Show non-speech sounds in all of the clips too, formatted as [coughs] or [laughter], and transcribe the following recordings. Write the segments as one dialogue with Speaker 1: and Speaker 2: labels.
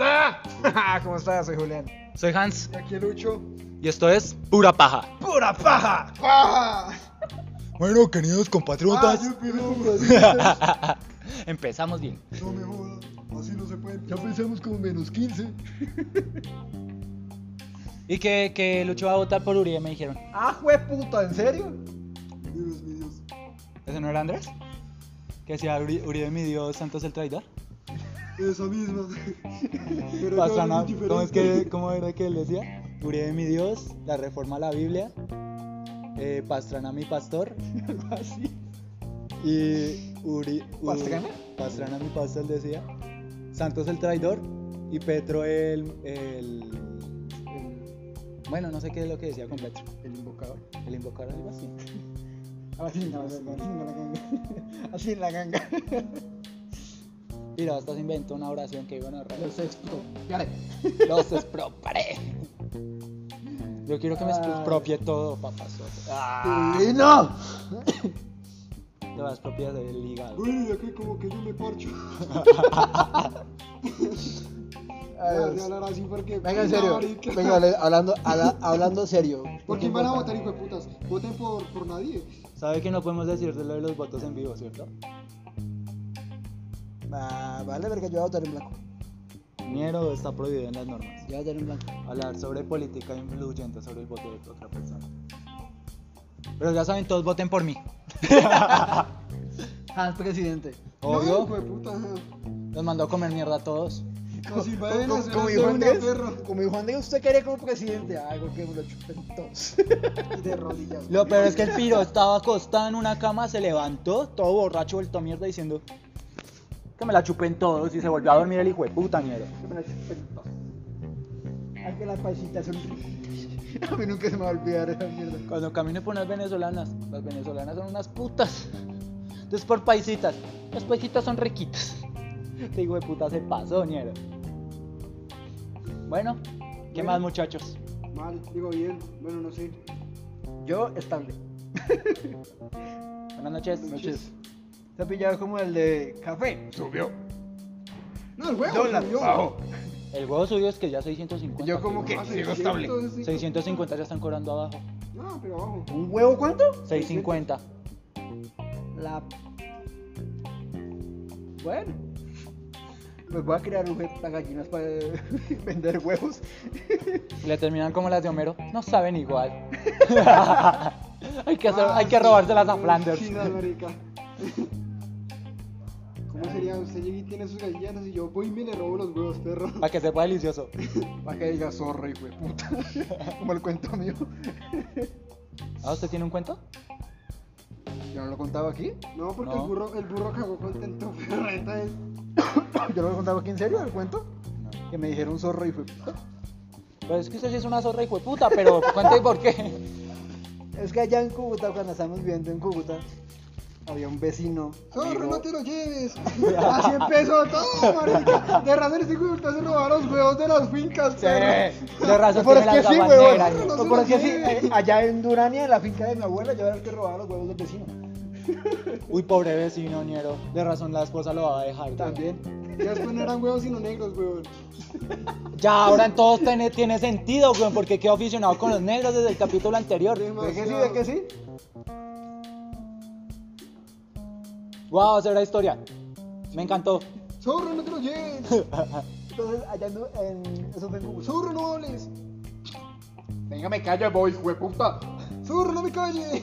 Speaker 1: Hola, [laughs] ¿cómo estás? Soy Julián.
Speaker 2: Soy Hans
Speaker 1: Y aquí el Lucho.
Speaker 2: y esto es Pura Paja.
Speaker 1: ¡Pura paja!
Speaker 2: Bueno, queridos
Speaker 1: ¡Ay,
Speaker 2: compatriotas.
Speaker 1: yo quiero un [laughs] bracito!
Speaker 2: [laughs] Empezamos bien.
Speaker 1: No me jodas, así no se puede. Ya pensamos como menos 15.
Speaker 2: Y que, que Lucho va a votar por Uribe, me dijeron.
Speaker 1: ¡Ah, jueputa! ¿En serio? Dios mío.
Speaker 2: ¿Ese no era Andrés? Que decía Uri- Uribe mi Dios, Santos el traidor.
Speaker 1: Esa misma. [laughs] Pero
Speaker 2: Pasa
Speaker 1: no,
Speaker 2: nada.
Speaker 1: es
Speaker 2: ¿Cómo, es
Speaker 1: diferente.
Speaker 2: que, ¿Cómo era que él decía? Uribe mi Dios, la reforma a la Biblia, eh, Pastrana mi pastor
Speaker 1: [laughs] Algo así.
Speaker 2: y Uri, Uri-
Speaker 1: ¿Pastrana?
Speaker 2: Pastrana mi pastor decía, Santos el traidor y Petro el, el...
Speaker 1: El,
Speaker 2: Bueno, no sé qué es lo que decía con Petro.
Speaker 1: el invocador.
Speaker 2: El invocar algo así.
Speaker 1: Así en la ganga. [laughs] Así en la ganga.
Speaker 2: Mira, hasta se inventó una oración que iban a ahorrar.
Speaker 1: Los explotó. Yare.
Speaker 2: Los
Speaker 1: [laughs]
Speaker 2: expropiaré. Yo quiero que me expropie todo, papazo. Ah,
Speaker 1: ¡Divino!
Speaker 2: te vas a expropiar del hígado.
Speaker 3: Bueno, y aquí como que yo me parcho.
Speaker 1: Ay,
Speaker 3: Voy a
Speaker 1: Dios.
Speaker 3: hablar así porque.
Speaker 1: Venga, en
Speaker 3: No,
Speaker 1: serio.
Speaker 3: marica.
Speaker 1: Venga, le- hablando, habla- hablando serio.
Speaker 3: ¿Por quién van a votar, hijo de putas? Voten por, por nadie.
Speaker 2: ¿Sabe que no podemos decir de lo de los votos en vivo, cierto?
Speaker 1: Ah, vale, verga, yo voy a votar en blanco.
Speaker 2: Miedo está prohibido en las normas.
Speaker 1: Yo voy a votar en blanco.
Speaker 2: Hablar sobre política influyente sobre el voto de otra persona. Pero ya saben, todos voten por mí. Ah,
Speaker 1: Hans, presidente.
Speaker 3: No, hijo
Speaker 2: Obvio.
Speaker 1: pues.
Speaker 3: de puta.
Speaker 2: Los mandó a comer mierda a todos.
Speaker 3: Nos invaden
Speaker 1: Como,
Speaker 3: las
Speaker 1: como
Speaker 3: venas
Speaker 1: dijo
Speaker 3: de una
Speaker 1: Andrés,
Speaker 3: perro.
Speaker 1: como dijo Andrés, usted quería como presidente. Ay, porque me lo chupen todos.
Speaker 3: Y de rodillas.
Speaker 2: Lo peor es que el piro estaba acostado en una cama, se levantó, todo borracho, vuelto a mierda, diciendo que me la chupen todos y se volvió a dormir el hijo de puta mierda.
Speaker 1: Que me lo chupen todos. Ay, que las pasitas son ricas. [laughs] A mí nunca se me va a olvidar esa mierda.
Speaker 2: Cuando camine por unas venezolanas, las venezolanas son unas putas. Entonces por paisitas, las paisitas son riquitas. Este hijo de puta se pasó, ñero. Bueno, ¿qué
Speaker 3: Bueno.
Speaker 2: más muchachos?
Speaker 3: Mal, digo bien. Bueno, no sé.
Speaker 1: Yo, estable.
Speaker 2: Buenas noches.
Speaker 3: Noches.
Speaker 1: Se ha pillado como el de café. Subió.
Speaker 3: No, el huevo.
Speaker 1: Dólar,
Speaker 3: subió.
Speaker 1: bajo.
Speaker 2: El huevo suyo es que ya 650.
Speaker 1: Yo como que
Speaker 3: Ah,
Speaker 1: sigo
Speaker 3: 600,
Speaker 1: estable.
Speaker 2: 650 ya están cobrando abajo.
Speaker 3: No, pero abajo.
Speaker 1: ¿Un huevo cuánto?
Speaker 2: 650.
Speaker 1: La. Bueno. Pues voy a crear un web para gallinas para [laughs] vender huevos.
Speaker 2: Y Le terminan como las de Homero, no saben igual.
Speaker 1: [laughs]
Speaker 2: [laughs] hay, que hacer- hay que
Speaker 3: Ah, sí,
Speaker 2: robárselas a
Speaker 3: qué
Speaker 2: Flanders.
Speaker 3: chidas, marica.
Speaker 2: [laughs]
Speaker 3: ¿Cómo sería? Usted llega y tiene sus gallinas y yo voy y me le robo los huevos, perro.
Speaker 2: Para que sepa delicioso.
Speaker 1: Para que diga zorra, hijo de puta. [laughs] Como el cuento mío.
Speaker 2: ¿Ah, usted tiene un cuento?
Speaker 1: Yo no lo contaba aquí. [laughs]
Speaker 3: No, porque
Speaker 2: No.
Speaker 3: El, burro, el burro cagó contento, perro. Entonces,
Speaker 1: Yo no lo contaba aquí en serio, el cuento. Que me dijeron zorro y fue.
Speaker 2: Pero es que usted sí es una zorra hijo de puta, pero [laughs] cuente por qué.
Speaker 1: Es que allá en Cúcuta, cuando estábamos viviendo en Cúcuta, había un vecino.
Speaker 3: zorro,
Speaker 1: amigo-
Speaker 3: no
Speaker 1: [laughs]
Speaker 3: te lo lleves. Así empezó todo, marica. De razón, este güey se robaba los huevos de las fincas,
Speaker 2: Sí,
Speaker 3: perro.
Speaker 2: de razón
Speaker 1: Por
Speaker 2: tiene
Speaker 1: es que
Speaker 2: las
Speaker 1: sí,
Speaker 2: gafas
Speaker 1: huevón.
Speaker 2: negras.
Speaker 3: No,
Speaker 1: No,
Speaker 3: no se
Speaker 1: por
Speaker 3: lo
Speaker 1: es que sí,
Speaker 3: lleve.
Speaker 1: eh, allá en Durania, en la finca de mi abuela, yo era el que robaba los huevos del vecino.
Speaker 2: Uy, pobre vecino, ñero. De razón la esposa lo va a dejar. güey.
Speaker 1: También.
Speaker 3: Ya después no eran huevos sino negros, huevón.
Speaker 2: Ya, ahora en todos tiene, tiene sentido, güey, porque quedó aficionado con los negros desde el capítulo anterior.
Speaker 1: ¿De qué sí? ¿De qué sí?
Speaker 2: Guau, wow, será historia. Me encantó.
Speaker 3: Zorro, no te lo
Speaker 1: [laughs]
Speaker 3: lleves.
Speaker 1: Entonces, allá en, Du- en eso fue en Cúcuta.
Speaker 3: Zorro, no hables.
Speaker 1: Venga, me callo, voy, hueputa.
Speaker 3: Zorro, no me
Speaker 1: [laughs]
Speaker 3: calles.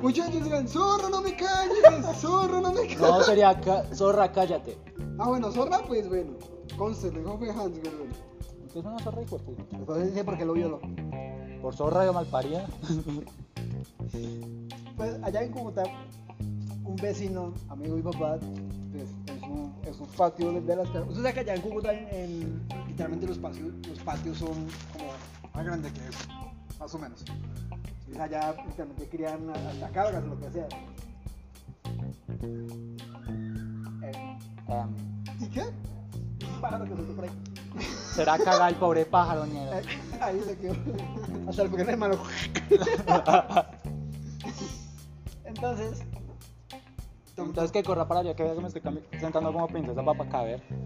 Speaker 3: Muchachos digan, zorro, no me calles. Zorro, no me calles.
Speaker 2: No, sería ca- zorra, cállate.
Speaker 3: Ah, bueno, zorra, pues bueno. Conste, mejor fue Hans, weón.
Speaker 2: Usted es una zorra hijo de puta.
Speaker 1: Entonces dice porque lo violó.
Speaker 2: Por zorra yo malparida.
Speaker 1: Pues allá en Cúcuta, un vecino, amigo y papá, pues, es, un, es un patio de, de las casas. Usted sabe que allá en Cúcuta, en, en- literalmente los patios, los patios son como más grandes que eso, más o menos. Entonces allá literalmente crían a- hasta cabras, lo que sea. Eh,
Speaker 2: Em,
Speaker 3: ¿Y qué?
Speaker 1: un pájaro que soltó por ahí. [laughs]
Speaker 2: Será cagar el pobre pájaro, ñero.
Speaker 1: Eh, Ahí se quedó. Hasta el porque no es malo. Entonces,
Speaker 2: Entonces que corra para allá que vea que me estoy cami- sentando como princesa para caber.
Speaker 3: Pero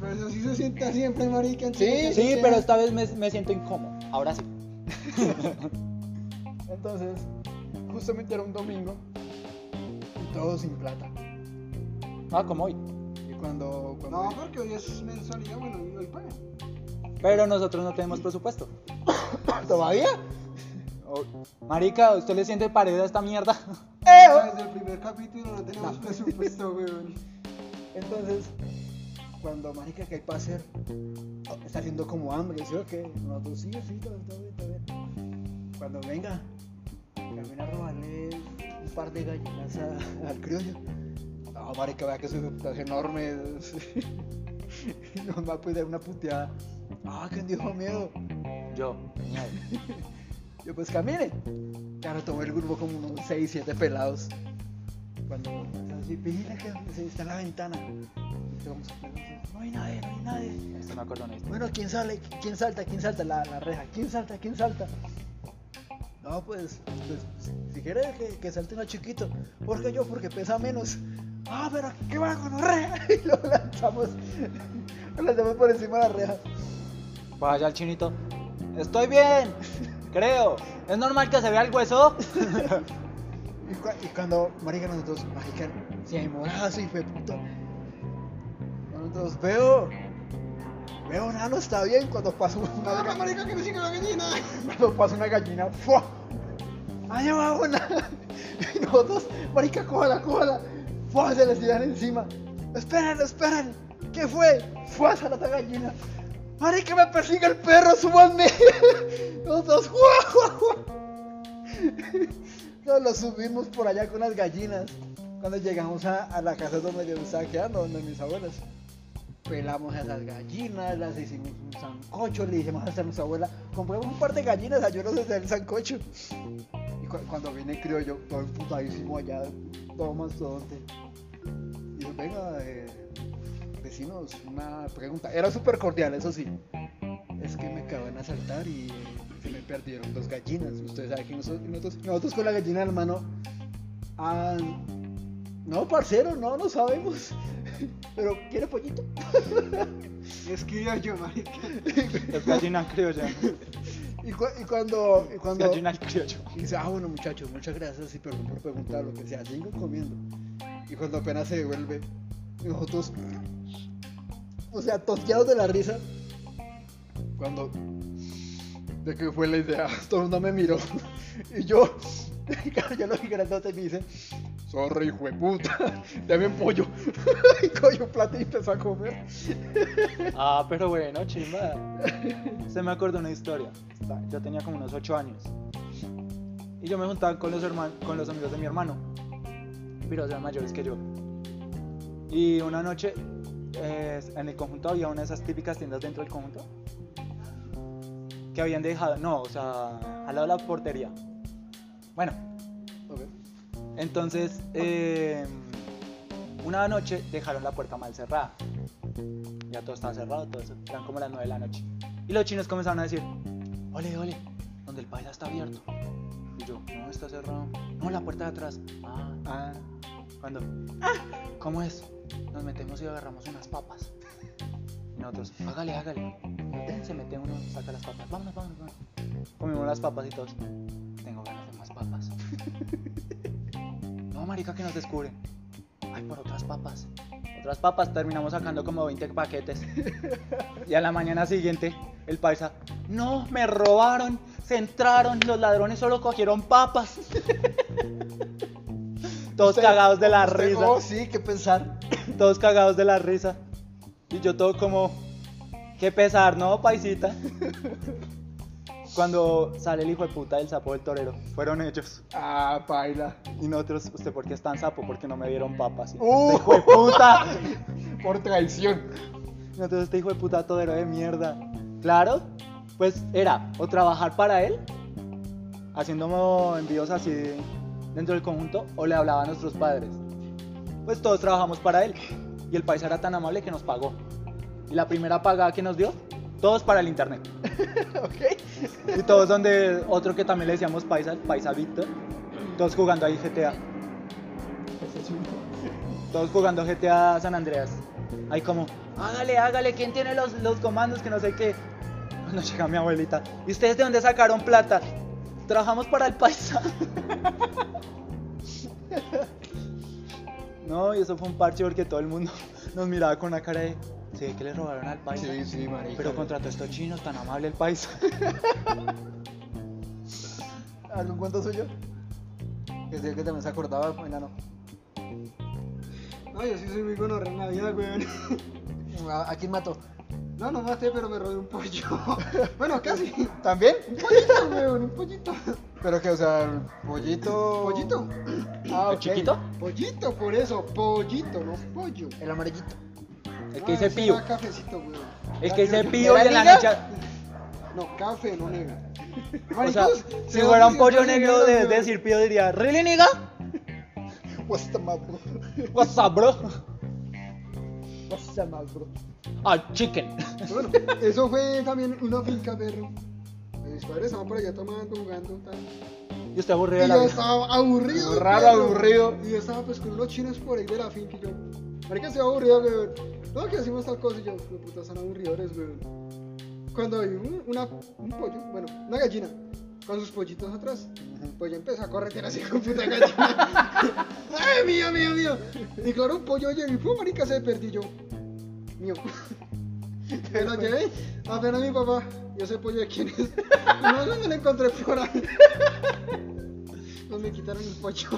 Speaker 3: pero eso sí se sienta siempre, marica. entonces,
Speaker 2: Sí,
Speaker 3: ¿qué?
Speaker 2: pero esta vez me, me siento incómodo. Ahora sí.
Speaker 1: Entonces, justamente era un domingo y todos sin plata.
Speaker 2: Ah, como hoy.
Speaker 1: Y cuando. cuando
Speaker 3: No, porque hoy es mensualidad, bueno, y hoy pagan.
Speaker 2: Pero nosotros no tenemos presupuesto.
Speaker 1: [coughs] ¿Todavía?
Speaker 2: Oh, Marica, ¿usted le siente pared a esta mierda? [laughs]
Speaker 3: Desde el primer capítulo no tenemos presupuesto, weón.
Speaker 1: Entonces, cuando marica que hay para hacer, Oh, está haciendo como hambre, ¿sí o qué? Nosotros sí, sí, todo, todo bien, todo bien. Cuando venga, camina a robarle un par de gallinas a- [laughs] al criollo. No, marica, vea que su puta es [laughs] enorme. Nos va a poder una puteada. Ah, ¿quién dijo miedo?
Speaker 2: Yo, miedo.
Speaker 1: Yo pues camine. Claro, tomó el grupo como unos 6, 7 pelados. Cuando así, vigila que se pues, está en la ventana. Y todos, No hay nadie, no hay nadie.
Speaker 2: Esto me acuerdo una historia.
Speaker 1: Bueno, ¿quién sale? ¿Quién salta? ¿Quién salta? La, la reja. ¿Quién salta? ¿Quién salta? No, pues, pues, si quieres que, que salte uno chiquito. ¿Por qué yo? Porque pesa menos. Ah, pero ¿qué va con la reja? [laughs] Y lo lanzamos. Lo lanzamos por encima de la reja.
Speaker 2: Pues allá el chinito. Estoy bien, creo. ¿Es normal que se vea el hueso?
Speaker 1: Y, cua- y cuando, marica, nosotros, marica, se demorazo y fue puto. Nosotros veo, veo, nano está bien cuando pasó una,
Speaker 3: No,
Speaker 1: ga-
Speaker 3: marica, que me siga la gallina.
Speaker 1: [laughs] cuando pasó una gallina, ¡fua! ¡Ahí abajo, nano! [laughs] Y nosotros, marica, cójala, cójala, ¡fua! Se le tiran encima. ¡Esperen, esperen! ¿Qué fue? ¡Fua! ¡Sale la gallina! ¡Marica, me persigue el perro, súbanme! [laughs] Nosotros, ¡fua! ¡fua! [laughs] ¡fua! Nos lo subimos por allá con las gallinas. Cuando llegamos a, a la casa donde yo me estaba quedando, donde mis abuelas. Pelamos a esas gallinas, las hicimos un sancocho, le dijimos hasta a nuestra abuela, compramos un par de gallinas, ayúdanos a hacer el sancocho. Y cu- cuando viene el criollo, todo emputadísimo allá, todo mastodonte. Dijo, venga, eh, vecinos, una pregunta. Era súper cordial, eso sí. Es que me acaban de asaltar y eh, se me perdieron dos gallinas. Ustedes saben que nosotros, nosotros, nosotros con la gallina en la mano. ah, no, parcero, no, no sabemos. [laughs] Pero, ¿quiere pollito?
Speaker 3: Es que yo, yo, marica.
Speaker 2: Es gallina criolla.
Speaker 1: Y, cu- y cuando. Y
Speaker 2: Es
Speaker 1: cuando
Speaker 2: gallina criollo.
Speaker 1: y dice, ah, bueno, muchachos, muchas gracias y perdón por preguntar lo que sea. Tengo comiendo. Y cuando apenas se devuelve, nosotros. O sea, tosqueados de la risa. Cuando. ¿De qué fue la idea? [laughs] Todo el mundo me miró. Y yo. [laughs] Claro, yo lo vi grandote y me dice. Sorry, hijo de puta. [laughs] Dame un pollo. Y cogió un plato y empezó a comer.
Speaker 2: Ah, pero bueno, chimba. Se me acordó una historia. Está- Yo tenía como unos 8 años. Y yo me juntaba con los, herman- con los amigos de mi hermano. Pero eran mayores que yo. Y una noche eh, en el conjunto había una de esas típicas tiendas dentro del conjunto. Que habían dejado, no, o sea, al lado de la portería. Bueno, entonces, eh, una noche dejaron la puerta mal cerrada. Ya todo estaba cerrado, todo eso. Eran como las 9 de la noche. Y los chinos comenzaron a decir, ole, ole, donde el paila está abierto. Y yo, no, está cerrado. No, la puerta de atrás. Ah,
Speaker 1: Ah,
Speaker 2: cuando, ah, ¿cómo es? Nos metemos y agarramos unas papas. Y nosotros, hágale, hágale. Se mete uno, saca las papas. Vámonos, vámonos, vámonos. Comimos las papas y todos. Tengo ganas de más papas. [laughs] No, marica, que nos descubren. Ay, por otras papas. Otras papas terminamos sacando como 20 paquetes. Y a la mañana siguiente, el paisa, no, me robaron, se entraron, los ladrones solo cogieron papas. [laughs] Todos
Speaker 1: Usted-
Speaker 2: cagados de la
Speaker 1: usted-
Speaker 2: risa.
Speaker 1: Oh, sí, qué pensar.
Speaker 2: Todos cagados de la risa. Y yo todo como, qué pesar, ¿no, [laughs] paisita? Cuando sale el hijo de puta del sapo del torero, fueron ellos.
Speaker 1: Ah, paila.
Speaker 2: Y nosotros, ¿usted por qué es tan sapo? Porque no me dieron papas. Y
Speaker 1: ¡Uh!
Speaker 2: nosotros, ¡Hijo de puta!
Speaker 1: Por traición.
Speaker 2: Y Nosotros, este hijo de puta torero de mierda. Claro, pues era o trabajar para él, haciendo envíos así dentro del conjunto, o le hablaba a nuestros padres. Pues todos trabajamos para él. Y el país era tan amable que nos pagó. Y la primera pagada que nos dio, todos para el internet. Y todos donde otro que también le decíamos paisa, el paisa Víctor, todos jugando ahí GTA. Todos jugando GTA San Andreas. Ahí como, hágale, hágale, ¿quién tiene los, los comandos? Que no sé qué. Cuando llega mi abuelita, ¿y ustedes de dónde sacaron plata? Trabajamos para el paisa. No, y eso fue un parche porque todo el mundo nos miraba con una cara de, se ve que le robaron al paisa.
Speaker 1: Sí, sí, marica.
Speaker 2: Pero contrató a estos chinos, tan amable el paisa.
Speaker 3: ¿Algún cuento suyo?
Speaker 1: Es el que también se acordaba, enano.
Speaker 3: No, yo sí soy muy gonorrea en la vida, weón. [laughs]
Speaker 1: Ah, ¿A, a quién mató?
Speaker 3: No, no maté, pero me robé un pollo. [laughs] bueno, casi.
Speaker 1: ¿También?
Speaker 3: Un pollito, weón, un pollito.
Speaker 1: Pero que, o sea, pollito.
Speaker 3: Pollito.
Speaker 1: Ah,
Speaker 2: ¿El
Speaker 1: ok.
Speaker 2: chiquito?
Speaker 3: Pollito, por eso. Pollito, no pollo.
Speaker 1: El amarillito. [laughs]
Speaker 2: El
Speaker 3: Ah,
Speaker 2: que dice
Speaker 3: ese
Speaker 2: pío.
Speaker 3: era cafecito, weón.
Speaker 2: El que dice
Speaker 3: Yo-
Speaker 2: pío y
Speaker 1: ¿Era
Speaker 2: en la
Speaker 1: niga?
Speaker 2: noche.
Speaker 3: No, café, no nega.
Speaker 2: [laughs] O sea,
Speaker 3: Maricos,
Speaker 2: si
Speaker 3: ¿de
Speaker 2: fuera un
Speaker 3: dónde
Speaker 2: pollo
Speaker 3: se sacan
Speaker 2: negro de,
Speaker 3: esas,
Speaker 2: de
Speaker 3: weón?
Speaker 2: decir pío diría, ¿Really nigga?
Speaker 1: What's the map, bro?
Speaker 2: What's up, bro?
Speaker 1: What's the map, bro?
Speaker 2: Ah, chicken. [laughs]
Speaker 3: Bueno, eso fue también una finca, perro. Mis padres estaban por allá tomando, jugando, tal.
Speaker 2: Y usted aburrido de
Speaker 3: Y
Speaker 2: la
Speaker 3: yo
Speaker 2: vida.
Speaker 3: estaba aburrido.
Speaker 1: Raro,
Speaker 3: perro.
Speaker 1: aburrido.
Speaker 3: Y yo estaba pues con unos chinos por ahí de la finca y yo. Marica, estoy aburrido, weón. No, que hacemos tal cosa y yo, "Hijo de puta, son aburridores, weón. Cuando hay un, una, un pollo, bueno, una gallina, con sus pollitos atrás, el pollo empezó a corretear así [laughs] con puta gallina. ¡Ay, mío, mío, mío! Y claro, un pollo llegó y fue, marica, se perdió yo. Mío. [laughs] Me lo llevé, apenas mi papá, yo sé pollo de quién es. [laughs] Y no, no me lo encontré por ahí. No me quitaron el pollo.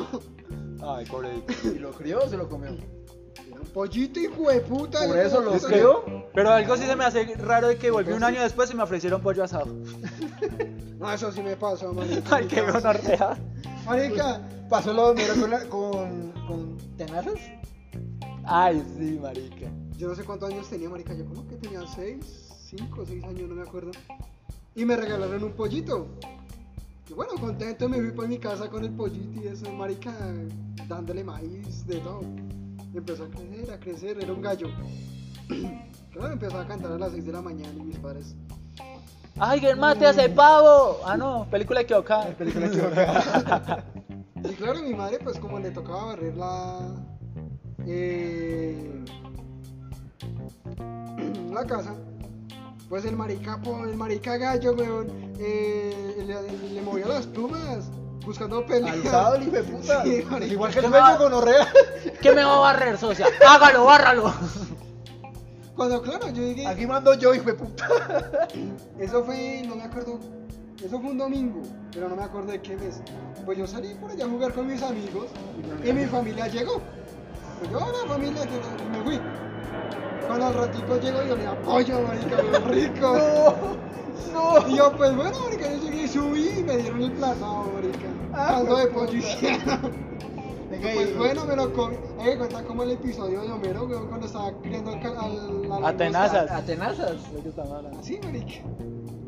Speaker 3: [laughs]
Speaker 2: Ay, pobre.
Speaker 1: ¿Y lo crió o se lo comió?
Speaker 3: Era un pollito, hijo de puta.
Speaker 1: Por
Speaker 3: yo
Speaker 1: eso
Speaker 3: como
Speaker 1: lo
Speaker 3: puta-
Speaker 1: creo.
Speaker 2: Pero algo sí se me hace raro de que volví un año después y me ofrecieron pollo asado. [laughs]
Speaker 3: No, eso sí me pasó,
Speaker 1: [laughs]
Speaker 3: marica.
Speaker 2: Ay, qué gonorrea.
Speaker 3: Marica,
Speaker 1: ¿Pasó lo de con, la- con, con tenazas?
Speaker 2: Ay, sí, marica.
Speaker 3: Yo no sé cuántos años tenía, marica. Yo como que tenía 6, 5, 6 años, no me acuerdo. Y me regalaron un pollito. Y bueno, contento me fui para mi casa con el pollito y eso, marica, dándole maíz, de todo. Y empezó a crecer, a crecer, era un gallo. [clears throat] Claro, empezó a cantar a las 6 de la mañana y mis padres.
Speaker 2: Ay, que mate hace pavo. Ah, no, película equivocada.
Speaker 1: Película equivocada.
Speaker 3: Y claro, mi madre, pues como le tocaba barrer la. eh, [clears throat] la casa, pues el marica, po- el marica gallo, weón, eh, le, le movía las plumas buscando peleas.
Speaker 1: [laughs] Alzado el hijo de
Speaker 3: [laughs]
Speaker 1: puta. Pues
Speaker 3: Sí, marica.
Speaker 1: Igual que el bello con orrea.
Speaker 2: [laughs] ¿Qué me va a barrer, socia? Hágalo, bárralo.
Speaker 3: Cuando, claro, yo llegué.
Speaker 1: Aquí mando yo, hijo de puta.
Speaker 3: Eso fue, no me acuerdo, eso fue un domingo, pero no me acuerdo de qué mes. Pues yo salí por allá a jugar con mis amigos y mi familia llegó. Pues yo, la familia, que me fui. Cuando al ratico llego y yo le apoyo, marica,
Speaker 1: [laughs]
Speaker 3: bien rico.
Speaker 1: No.
Speaker 3: Y yo, pues bueno, marica, yo llegué y subí y me dieron el platado, marica.
Speaker 1: Ah,
Speaker 3: Caldo de
Speaker 1: no,
Speaker 3: pollo
Speaker 1: puta.
Speaker 3: hicieron. Pues bueno, me lo comí. Hay que contar como el episodio de Homero, weón, cuando estaba criando al... ca- al, al
Speaker 2: Atenazas.
Speaker 1: Atenazas.
Speaker 3: Así, marica.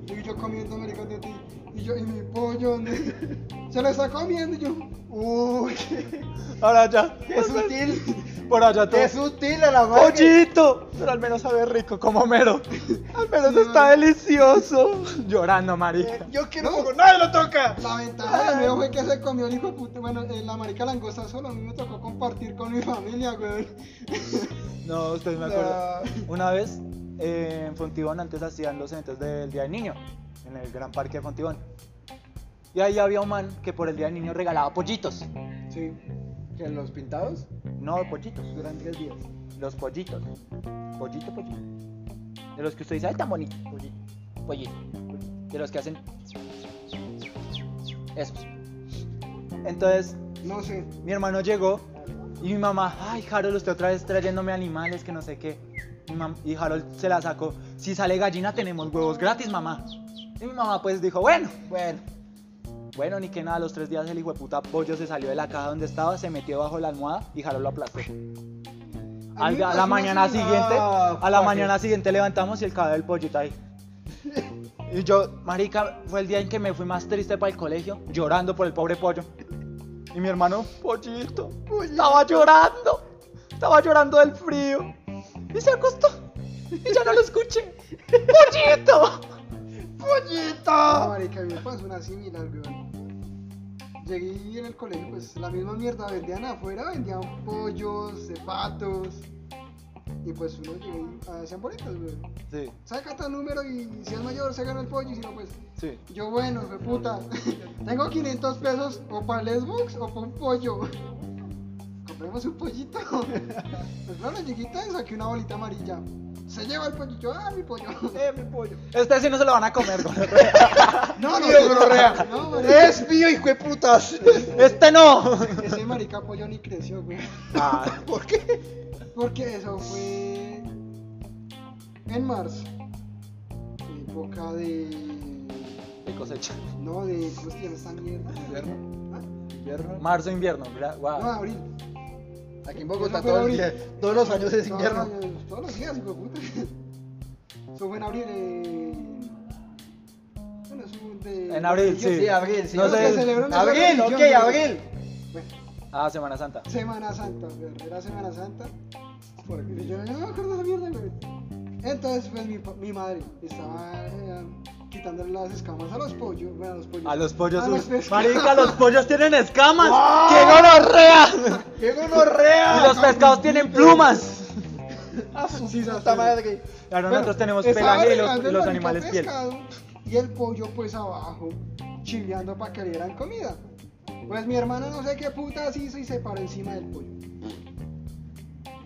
Speaker 3: Y yo comiendo, marica, de ti. Y yo, y mi pollo, ¿dónde? Se lo está comiendo y yo. Uy,
Speaker 2: Ahora ya.
Speaker 1: Qué sutil.
Speaker 2: Por allá todo.
Speaker 1: Qué sutil a la madre.
Speaker 2: ¡Pollito! Pero Pues al menos sabe rico, como [laughs] Homero. Al menos
Speaker 3: Sí,
Speaker 2: está
Speaker 3: marica.
Speaker 2: delicioso. Llorando, marica.
Speaker 1: Eh, Yo quiero
Speaker 3: No.
Speaker 1: poco, nadie lo toca.
Speaker 3: La ventaja de nuevo fue que se comió el hijo de puta. Bueno, eh, la marica langosta solo. A mí me tocó compartir con mi familia, güey.
Speaker 2: No, ustedes me acuerdan.
Speaker 1: Ah.
Speaker 2: Una vez eh, en Fontibón antes hacían los eventos del Día del Niño, en el Gran Parque de Fontibón. Y ahí había un man que por el Día del Niño regalaba pollitos.
Speaker 1: Sí. ¿Que los pintados?
Speaker 2: No, pues, pollitos.
Speaker 1: Duran tres días.
Speaker 2: Los pollitos. Pollito, pollito. De los que usted dice, ay, tan bonito. Pollito. Pollito. De los que hacen... Esos. Entonces,
Speaker 3: No sé.
Speaker 2: mi hermano llegó y mi mamá, ay Harold, usted otra vez trayéndome animales que no sé qué. Mi mam- y Harold se la sacó, si sale gallina tenemos huevos gratis, mamá. Y mi mamá pues dijo, bueno, bueno. Bueno, ni que nada, a los tres días el hijo de puta pollo se salió de la caja donde estaba, se metió bajo la almohada y Harold lo aplastó.
Speaker 3: A mí
Speaker 2: Al-
Speaker 3: me
Speaker 2: a
Speaker 3: pasó
Speaker 2: la
Speaker 3: una
Speaker 2: mañana siguiente,
Speaker 1: Ah,
Speaker 2: a la
Speaker 1: fuck.
Speaker 2: mañana siguiente levantamos y el cadáver del pollito [laughs] ahí. Y yo, marica, fue el día en que me fui más triste para el colegio, llorando por el pobre pollo. Y mi hermano, pollito, estaba llorando, estaba llorando del frío. Y se acostó, y ya no lo escuché. [laughs] ¡Pollito!
Speaker 3: No,
Speaker 2: ¡Pollito!
Speaker 3: Ah, marica, a mí me pasó una similar, güey. Llegué y en el colegio, pues la misma mierda. Vendían afuera, vendían pollos, zapatos. Y pues uno llegó y ah, sean bonitas, güey.
Speaker 2: Sí,
Speaker 3: Saca tu número y si es mayor se gana el pollo y si no, pues.
Speaker 2: sí.
Speaker 3: Yo, bueno, fue puta. Tengo 500 pesos o para el Xbox o para un pollo. Compremos un pollito. pues claro, llegué y saqué una bolita amarilla. Se lleva el pollo. Yo, ah, mi pollo.
Speaker 1: Eh, mi pollo.
Speaker 2: Este sí no se lo van a comer, [laughs] gordo.
Speaker 3: no, no,
Speaker 1: Dios,
Speaker 3: no, no, marica.
Speaker 1: Es mío, hijo de putas.
Speaker 2: Este no.
Speaker 3: Ese marica pollo ni creció, güey.
Speaker 2: [laughs] Ah,
Speaker 1: [laughs] ¿Por qué?
Speaker 3: Porque eso fue en marzo. Época de.
Speaker 2: de cosecha.
Speaker 3: No, de. ¿Cómo se llama esta mierda? ¿Ah?
Speaker 1: Invierno.
Speaker 2: Marzo, invierno. gra-
Speaker 3: No,
Speaker 2: guau.
Speaker 3: abril.
Speaker 1: Aquí en Bogotá
Speaker 3: Eso fue
Speaker 1: todo el
Speaker 3: ahorita.
Speaker 1: día- todos los años
Speaker 3: Todos
Speaker 1: es invierno.
Speaker 3: los años, Todos los días, hijo de puta. [laughs] Eso fue en abril. eh, Bueno, es un de.
Speaker 2: En abril, sí.
Speaker 1: Sí, abril, sí.
Speaker 2: No
Speaker 3: Creo que
Speaker 2: sé.
Speaker 3: celebró una
Speaker 1: Abril,
Speaker 3: sola
Speaker 1: ok,
Speaker 3: religión, güey.
Speaker 1: abril.
Speaker 3: Bueno,
Speaker 2: Ah, Semana Santa.
Speaker 3: Semana Santa, güey, era Semana Santa. Y yo no me acuerdo de esa mierda, güey. Entonces, pues mi, pa- mi madre estaba eh, quitándole las escamas a los pollos. Bueno, a los pollos.
Speaker 2: A los pollos.
Speaker 3: A los
Speaker 2: uy,
Speaker 3: pescados.
Speaker 2: Marica, [laughs] los pollos tienen escamas. ¡Qué gonorrea! [laughs]
Speaker 1: ¡Qué gonorrea!
Speaker 2: Y los pescados tienen plumas.
Speaker 1: ¡A
Speaker 2: [laughs]
Speaker 1: su
Speaker 3: Sí,
Speaker 1: puta
Speaker 3: sí.
Speaker 1: madre!
Speaker 2: Claro,
Speaker 3: Bueno,
Speaker 2: nosotros tenemos
Speaker 3: estaba
Speaker 2: pelaje y los,
Speaker 3: regando
Speaker 2: y
Speaker 3: el
Speaker 2: los
Speaker 3: bonito
Speaker 2: animales piel.
Speaker 3: pescado, Y el pollo pues abajo, chileando para que le dieran comida. Pues mi hermana no sé qué putas hizo y se paró encima del pollo.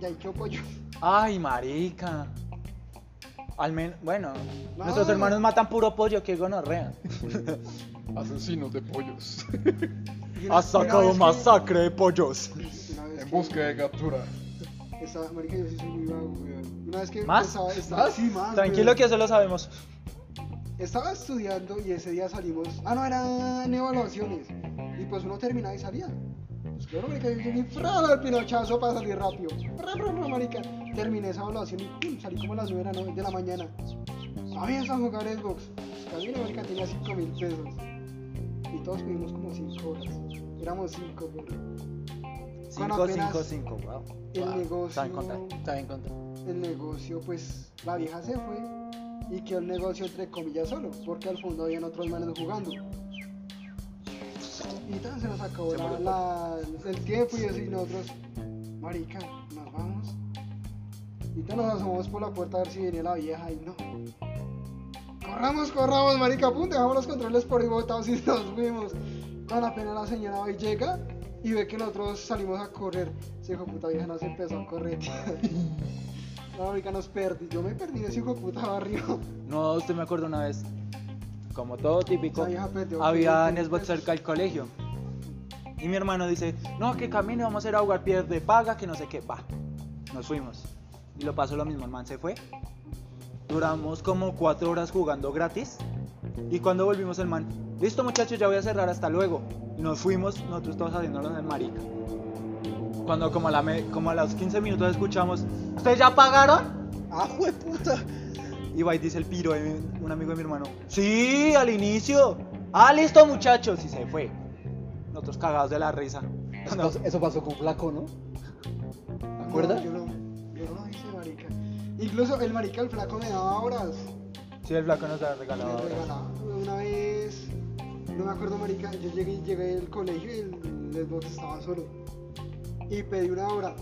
Speaker 3: Y ahí quedó pollo.
Speaker 2: Ay, marica. Al menos, bueno,
Speaker 3: No.
Speaker 2: nuestros hermanos matan puro pollo, qué gonorrea.
Speaker 4: Asesinos de pollos.
Speaker 3: Y una-
Speaker 2: Ha sacado
Speaker 3: una vez que-
Speaker 2: masacre de pollos.
Speaker 3: una vez
Speaker 4: En
Speaker 3: que-
Speaker 4: busca de captura.
Speaker 3: Estaba, marica, yo sí soy muy vago, weón. Una vez que
Speaker 2: ¿Más?
Speaker 3: estaba, estaba sí, más,
Speaker 2: Tranquilo
Speaker 3: weón.
Speaker 2: que eso lo sabemos.
Speaker 3: Estaba estudiando y ese día salimos. Ah, no, eran evaluaciones. Y pues uno terminaba y salía. Pues claro, marica, yo llegué frado al pinochazo para salir rápido. Ra, ra, ra, marica. Terminé esa evaluación y pum, salí como a las 9 de la, no- de la mañana. Habías a jugar Xbox. Camino, marica, tenía 5 mil pesos. Y todos pedimos como 5 horas. Éramos 5, Cuando
Speaker 2: 5,
Speaker 3: apenas
Speaker 2: 5, 5, wow.
Speaker 3: El
Speaker 2: Wow,
Speaker 3: negocio.
Speaker 2: saben contar.
Speaker 1: Está bien contento.
Speaker 3: el negocio, pues la vieja se fue y quedó el negocio entre comillas solo, porque al fondo habían otros manes jugando. Y tan se nos acabó la, la- el tiempo y eso, y nosotros, marica, nos vamos. Y tan nos asomamos por la puerta a ver si viene la vieja y no. Corramos, corramos, marica, pum, dejamos los controles por ahí botados y nos fuimos. Tan apenas la señora hoy llega y ve que nosotros salimos a correr. Se dijo, puta vieja, nos empezó a correr. [laughs] No, marica, nos perdí. Yo me perdí en ese hijo de puta barrio.
Speaker 2: No, usted me acuerda una vez, como todo típico,
Speaker 3: Esa vieja perdió
Speaker 2: había
Speaker 3: 500
Speaker 2: Xbox
Speaker 3: pesos.
Speaker 2: cerca del colegio. Y mi hermano dice, no, que camine, vamos a ir a jugar piedras de paga, que no sé qué. Va, nos fuimos. Y lo pasó lo mismo, el man se fue. Duramos como cuatro horas jugando gratis. Y cuando volvimos el man, listo muchachos, ya voy a cerrar, hasta luego. Y nos fuimos, nosotros todos haciéndonos el marica. Cuando como a, la me- como a los 15 minutos escuchamos, ¿ustedes ya pagaron?
Speaker 1: ¡Ah, de puta!
Speaker 2: Y va y dice el piro, eh, un amigo de mi hermano. Sí, al inicio. Ah, listo muchachos. Y se fue. Nosotros cagados de la risa.
Speaker 1: Eso,
Speaker 2: No,
Speaker 1: pasó- eso pasó con Flaco, ¿no?
Speaker 3: ¿Te
Speaker 1: acuerdas?
Speaker 3: yo, no, yo no lo hice, marica. Incluso el marica, el flaco, me daba horas.
Speaker 2: Sí, el flaco nos la
Speaker 3: Me
Speaker 2: regalado.
Speaker 3: regalaba. Una vez, no me acuerdo, marica, yo llegué, llegué al colegio y el, el Xbox estaba solo. Y pedí una hora.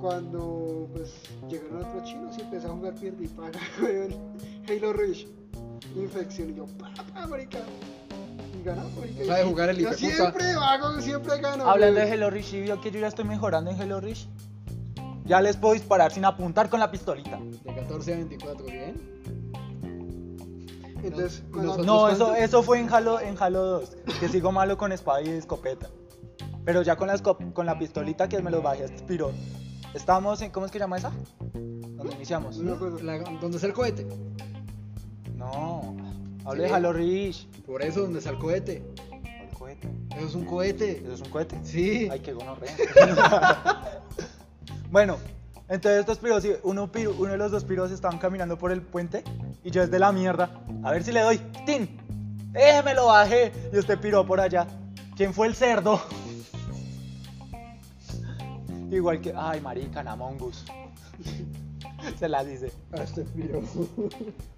Speaker 3: Cuando, pues, llegaron otros chinos y empecé a jugar pierna y paga, [laughs] weón. Halo Reach. Infección. Y yo, pa, pa, marica. Y ganamos, marica.
Speaker 1: sabe
Speaker 3: Y-
Speaker 1: jugar el
Speaker 3: Yo
Speaker 1: hijueputa.
Speaker 3: siempre hago, siempre gano.
Speaker 2: Hablando
Speaker 3: weón.
Speaker 2: de Hello Rich, ¿sí vio que yo ya estoy mejorando en Hello Rich. Ya les puedo disparar sin apuntar con la pistolita.
Speaker 1: De 14 a 24, ¿bien?
Speaker 3: Entonces,
Speaker 1: No,
Speaker 3: cuando-
Speaker 1: nosotros-
Speaker 2: No,
Speaker 1: ¿Otros
Speaker 2: eso,
Speaker 1: cuántos?
Speaker 2: eso fue en Halo, en Halo 2. Que sigo malo con espada y escopeta. Pero ya con la, escop- con la pistolita que me los bajé a este piro. Estábamos en. ¿Cómo es que se llama esa? Donde iniciamos.
Speaker 3: no me acuerdo.
Speaker 1: La- ¿Dónde está el cohete?
Speaker 2: No, hablo
Speaker 1: Sí.
Speaker 2: de Halo Reach.
Speaker 1: Por eso, ¿dónde está el cohete?
Speaker 2: ¿Cuál cohete?
Speaker 1: Eso es un cohete.
Speaker 2: ¿Eso es un cohete?
Speaker 1: Sí.
Speaker 2: Ay, qué gonorrea. [laughs] bueno, entonces estos piros, sí, uno, piro- uno de los dos piros estaban caminando por el puente y yo desde la mierda. A ver si le doy. ¡Tin! ¡Eh, me lo bajé! Y usted piró por allá. ¿Quién fue el cerdo? [laughs] Igual que. Ay, marica, la mongus. [laughs] Se la dice.
Speaker 1: Ah, este frío.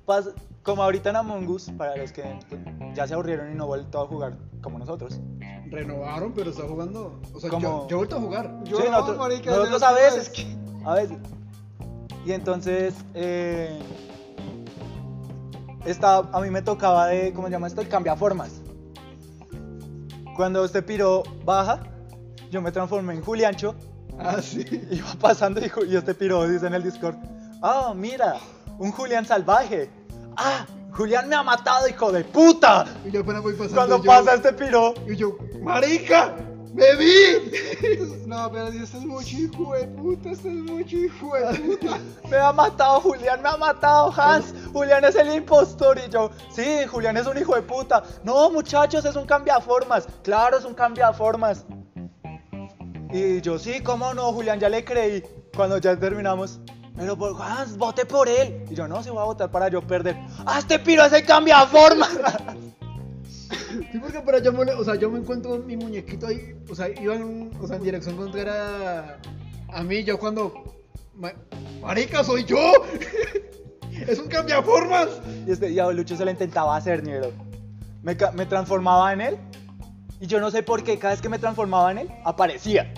Speaker 2: Pas- como ahorita en Among Us, para los que pues, ya se aburrieron y no han vuelto a jugar como nosotros.
Speaker 1: Renovaron, pero está jugando. O sea,
Speaker 2: Como-
Speaker 1: yo, yo he vuelto a jugar.
Speaker 3: Yo
Speaker 2: Sí,
Speaker 3: no,
Speaker 2: nosotros-
Speaker 3: marica,
Speaker 2: nosotros
Speaker 3: de
Speaker 2: a
Speaker 3: los
Speaker 2: veces
Speaker 3: primeros.
Speaker 2: A veces. Y entonces, eh, esta- a mí me tocaba de, ¿cómo se llama esto? El cambiaformas. Cuando este piro baja, yo me transformé en Juliancho.
Speaker 4: Ah, sí.
Speaker 2: [laughs] Iba pasando y, Ju- y este piro dice en el Discord, ah, mira, un Julián salvaje. Ah, Julián me ha matado, hijo de puta.
Speaker 3: Y yo apenas voy pasando.
Speaker 2: Cuando
Speaker 3: yo-
Speaker 2: pasa este piro,
Speaker 3: Y yo, ¡Marica! ¡Me vi! no, pero si este es mucho hijo de puta, este es mucho hijo de puta.
Speaker 2: me ha matado Julián, me ha matado Hans. Julián es el impostor y yo, sí, Julián es un hijo de puta. No, muchachos, es un cambiaformas. Claro, es un cambiaformas. Y yo, sí, cómo no, Julián, ya le creí. Cuando ya terminamos, pero por Hans, vote por él. Y yo, no, se va a votar para yo perder. ¡Ah, este piro es el cambiaformas!
Speaker 1: Sí, porque pero yo me, o sea, yo me encuentro mi muñequito ahí, o sea, iba en, o sea, en dirección contraria a, a mí, yo cuando... ma- ¡Marica, soy yo! [laughs] ¡Es un cambiaformas!
Speaker 2: Y este diablucho se lo intentaba hacer, Niero. Me, ca- me transformaba en él. Y yo no sé por qué, cada vez que me transformaba en él, aparecía.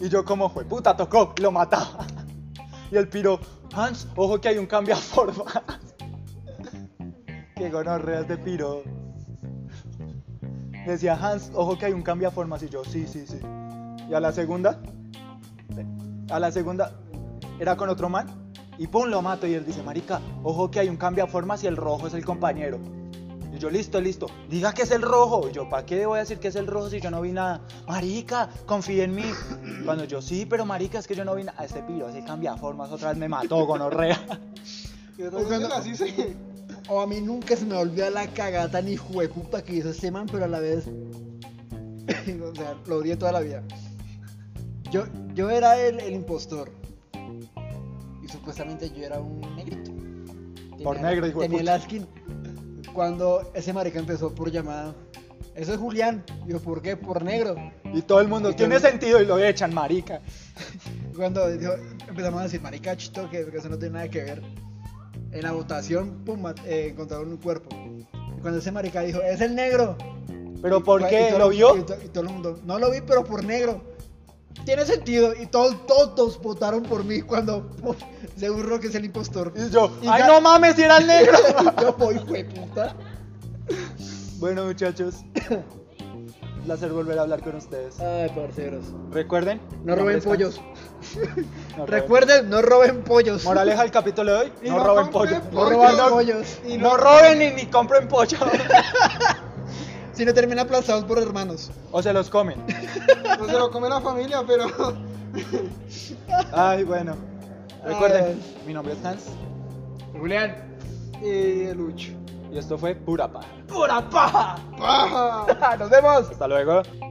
Speaker 2: Y yo, como fue puta, tocó, lo mataba. Y el piro, Hans, ojo que hay un cambio a forma. [laughs] Qué gonorreas de piro. Decía Hans, ojo que hay un cambio a formas. Y yo, sí, sí, sí. Y a la segunda, a la segunda era con otro man y pum, lo mato. Y él dice, marica, ojo que hay un cambio de formas y el rojo es el compañero. Y yo, listo, listo, diga que es el rojo. Y yo, ¿para qué voy a decir que es el rojo si yo no vi nada? Marica, confía en mí. Cuando yo, sí, pero marica, es que yo no vi nada. A este piro, ese cambia de formas, otra vez me mató, gonorrea.
Speaker 3: Y otra vez era así se.
Speaker 1: O a mí nunca se me olvida la cagata ni jueputa que hizo este man, pero a la vez. [coughs] o sea, lo odié toda la vida. Yo, yo era el, el impostor. Y supuestamente yo era un negrito.
Speaker 2: Por
Speaker 1: Tenía-
Speaker 2: negro, hijo de
Speaker 1: Tenía
Speaker 2: puta.
Speaker 1: la skin. Cuando ese marica empezó por llamada. Eso es Julián. Y Yo, ¿por qué? Por negro.
Speaker 2: Y todo el mundo, tiene sentido y lo echan, marica.
Speaker 1: Cuando dijo- empezamos a decir, marica, chito, que que eso no tiene nada que ver. En la votación, pum, mat- eh, encontraron un cuerpo. Y Cuando ese marica dijo, es el negro.
Speaker 2: Pero ¿por
Speaker 1: Y- y
Speaker 2: qué?
Speaker 1: todo-
Speaker 2: ¿Lo
Speaker 1: Y,
Speaker 2: vio?
Speaker 1: to- y todo el mundo, no lo vi, pero por negro. Tiene sentido. Y todos, todos votaron por mí cuando pum, se burró que es el impostor. [laughs]
Speaker 2: Y yo,
Speaker 1: Y
Speaker 2: ¡ay
Speaker 1: ya-
Speaker 2: no mames, si era el negro!
Speaker 1: Yo voy, puta.
Speaker 2: bueno, muchachos, [coughs] un placer volver a hablar con ustedes.
Speaker 1: Ay, parceros.
Speaker 2: Recuerden,
Speaker 1: No roben
Speaker 2: nombre
Speaker 1: pollos.
Speaker 2: está- no roben.
Speaker 1: Recuerden, no roben pollos.
Speaker 2: Moraleja del capítulo de hoy,
Speaker 3: Y
Speaker 2: no,
Speaker 3: no
Speaker 2: roben pollo.
Speaker 3: compren pollo.
Speaker 2: No
Speaker 1: [laughs] no
Speaker 2: roban-
Speaker 1: roben
Speaker 2: no-
Speaker 1: pollos.
Speaker 2: no roben ni, ni compren pollo.
Speaker 1: Si no terminan aplastados por hermanos.
Speaker 2: o se los comen.
Speaker 3: No se lo come la familia, pero.
Speaker 2: Ay, bueno. Recuerden, mi nombre es Hans
Speaker 3: Julián. Y Lucho.
Speaker 2: y esto fue Pura Paja.
Speaker 3: ¡Paja!
Speaker 2: [laughs] ¡Nos vemos! Hasta luego.